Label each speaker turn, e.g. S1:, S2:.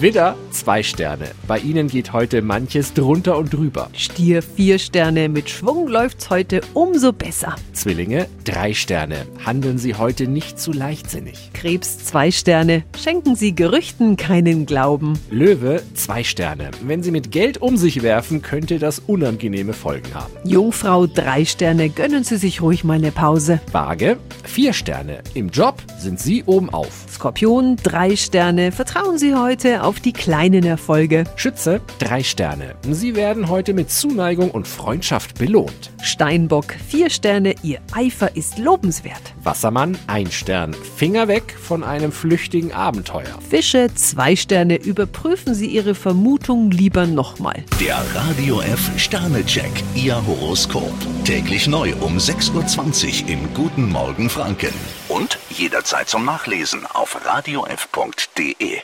S1: Widder, zwei Sterne. Bei Ihnen geht heute manches drunter und drüber.
S2: Stier vier Sterne, mit Schwung läuft's heute umso besser.
S1: Zwillinge, drei Sterne. Handeln Sie heute nicht zu leichtsinnig.
S2: Krebs zwei Sterne, schenken Sie Gerüchten keinen Glauben.
S1: Löwe, zwei Sterne. Wenn Sie mit Geld um sich werfen, könnte das unangenehme Folgen haben.
S2: Jungfrau drei Sterne, gönnen Sie sich ruhig mal eine Pause.
S1: Waage, vier Sterne. Im Job sind Sie oben auf.
S2: Skorpion drei Sterne, vertrauen Sie heute auf die kleinen Erfolge.
S1: Schütze, drei Sterne. Sie werden heute mit Zuneigung und Freundschaft belohnt.
S2: Steinbock vier Sterne, Ihr Eifer ist lobenswert.
S1: Wassermann, ein Stern. Finger weg von einem flüchtigen Abenteuer.
S2: Fische zwei Sterne, überprüfen Sie Ihre Vermutung lieber nochmal.
S3: Der Radio F Sternecheck. Ihr Horoskop. Täglich neu um 6.20 Uhr im Guten Morgen Franken. Und jederzeit zum Nachlesen auf radiof.de.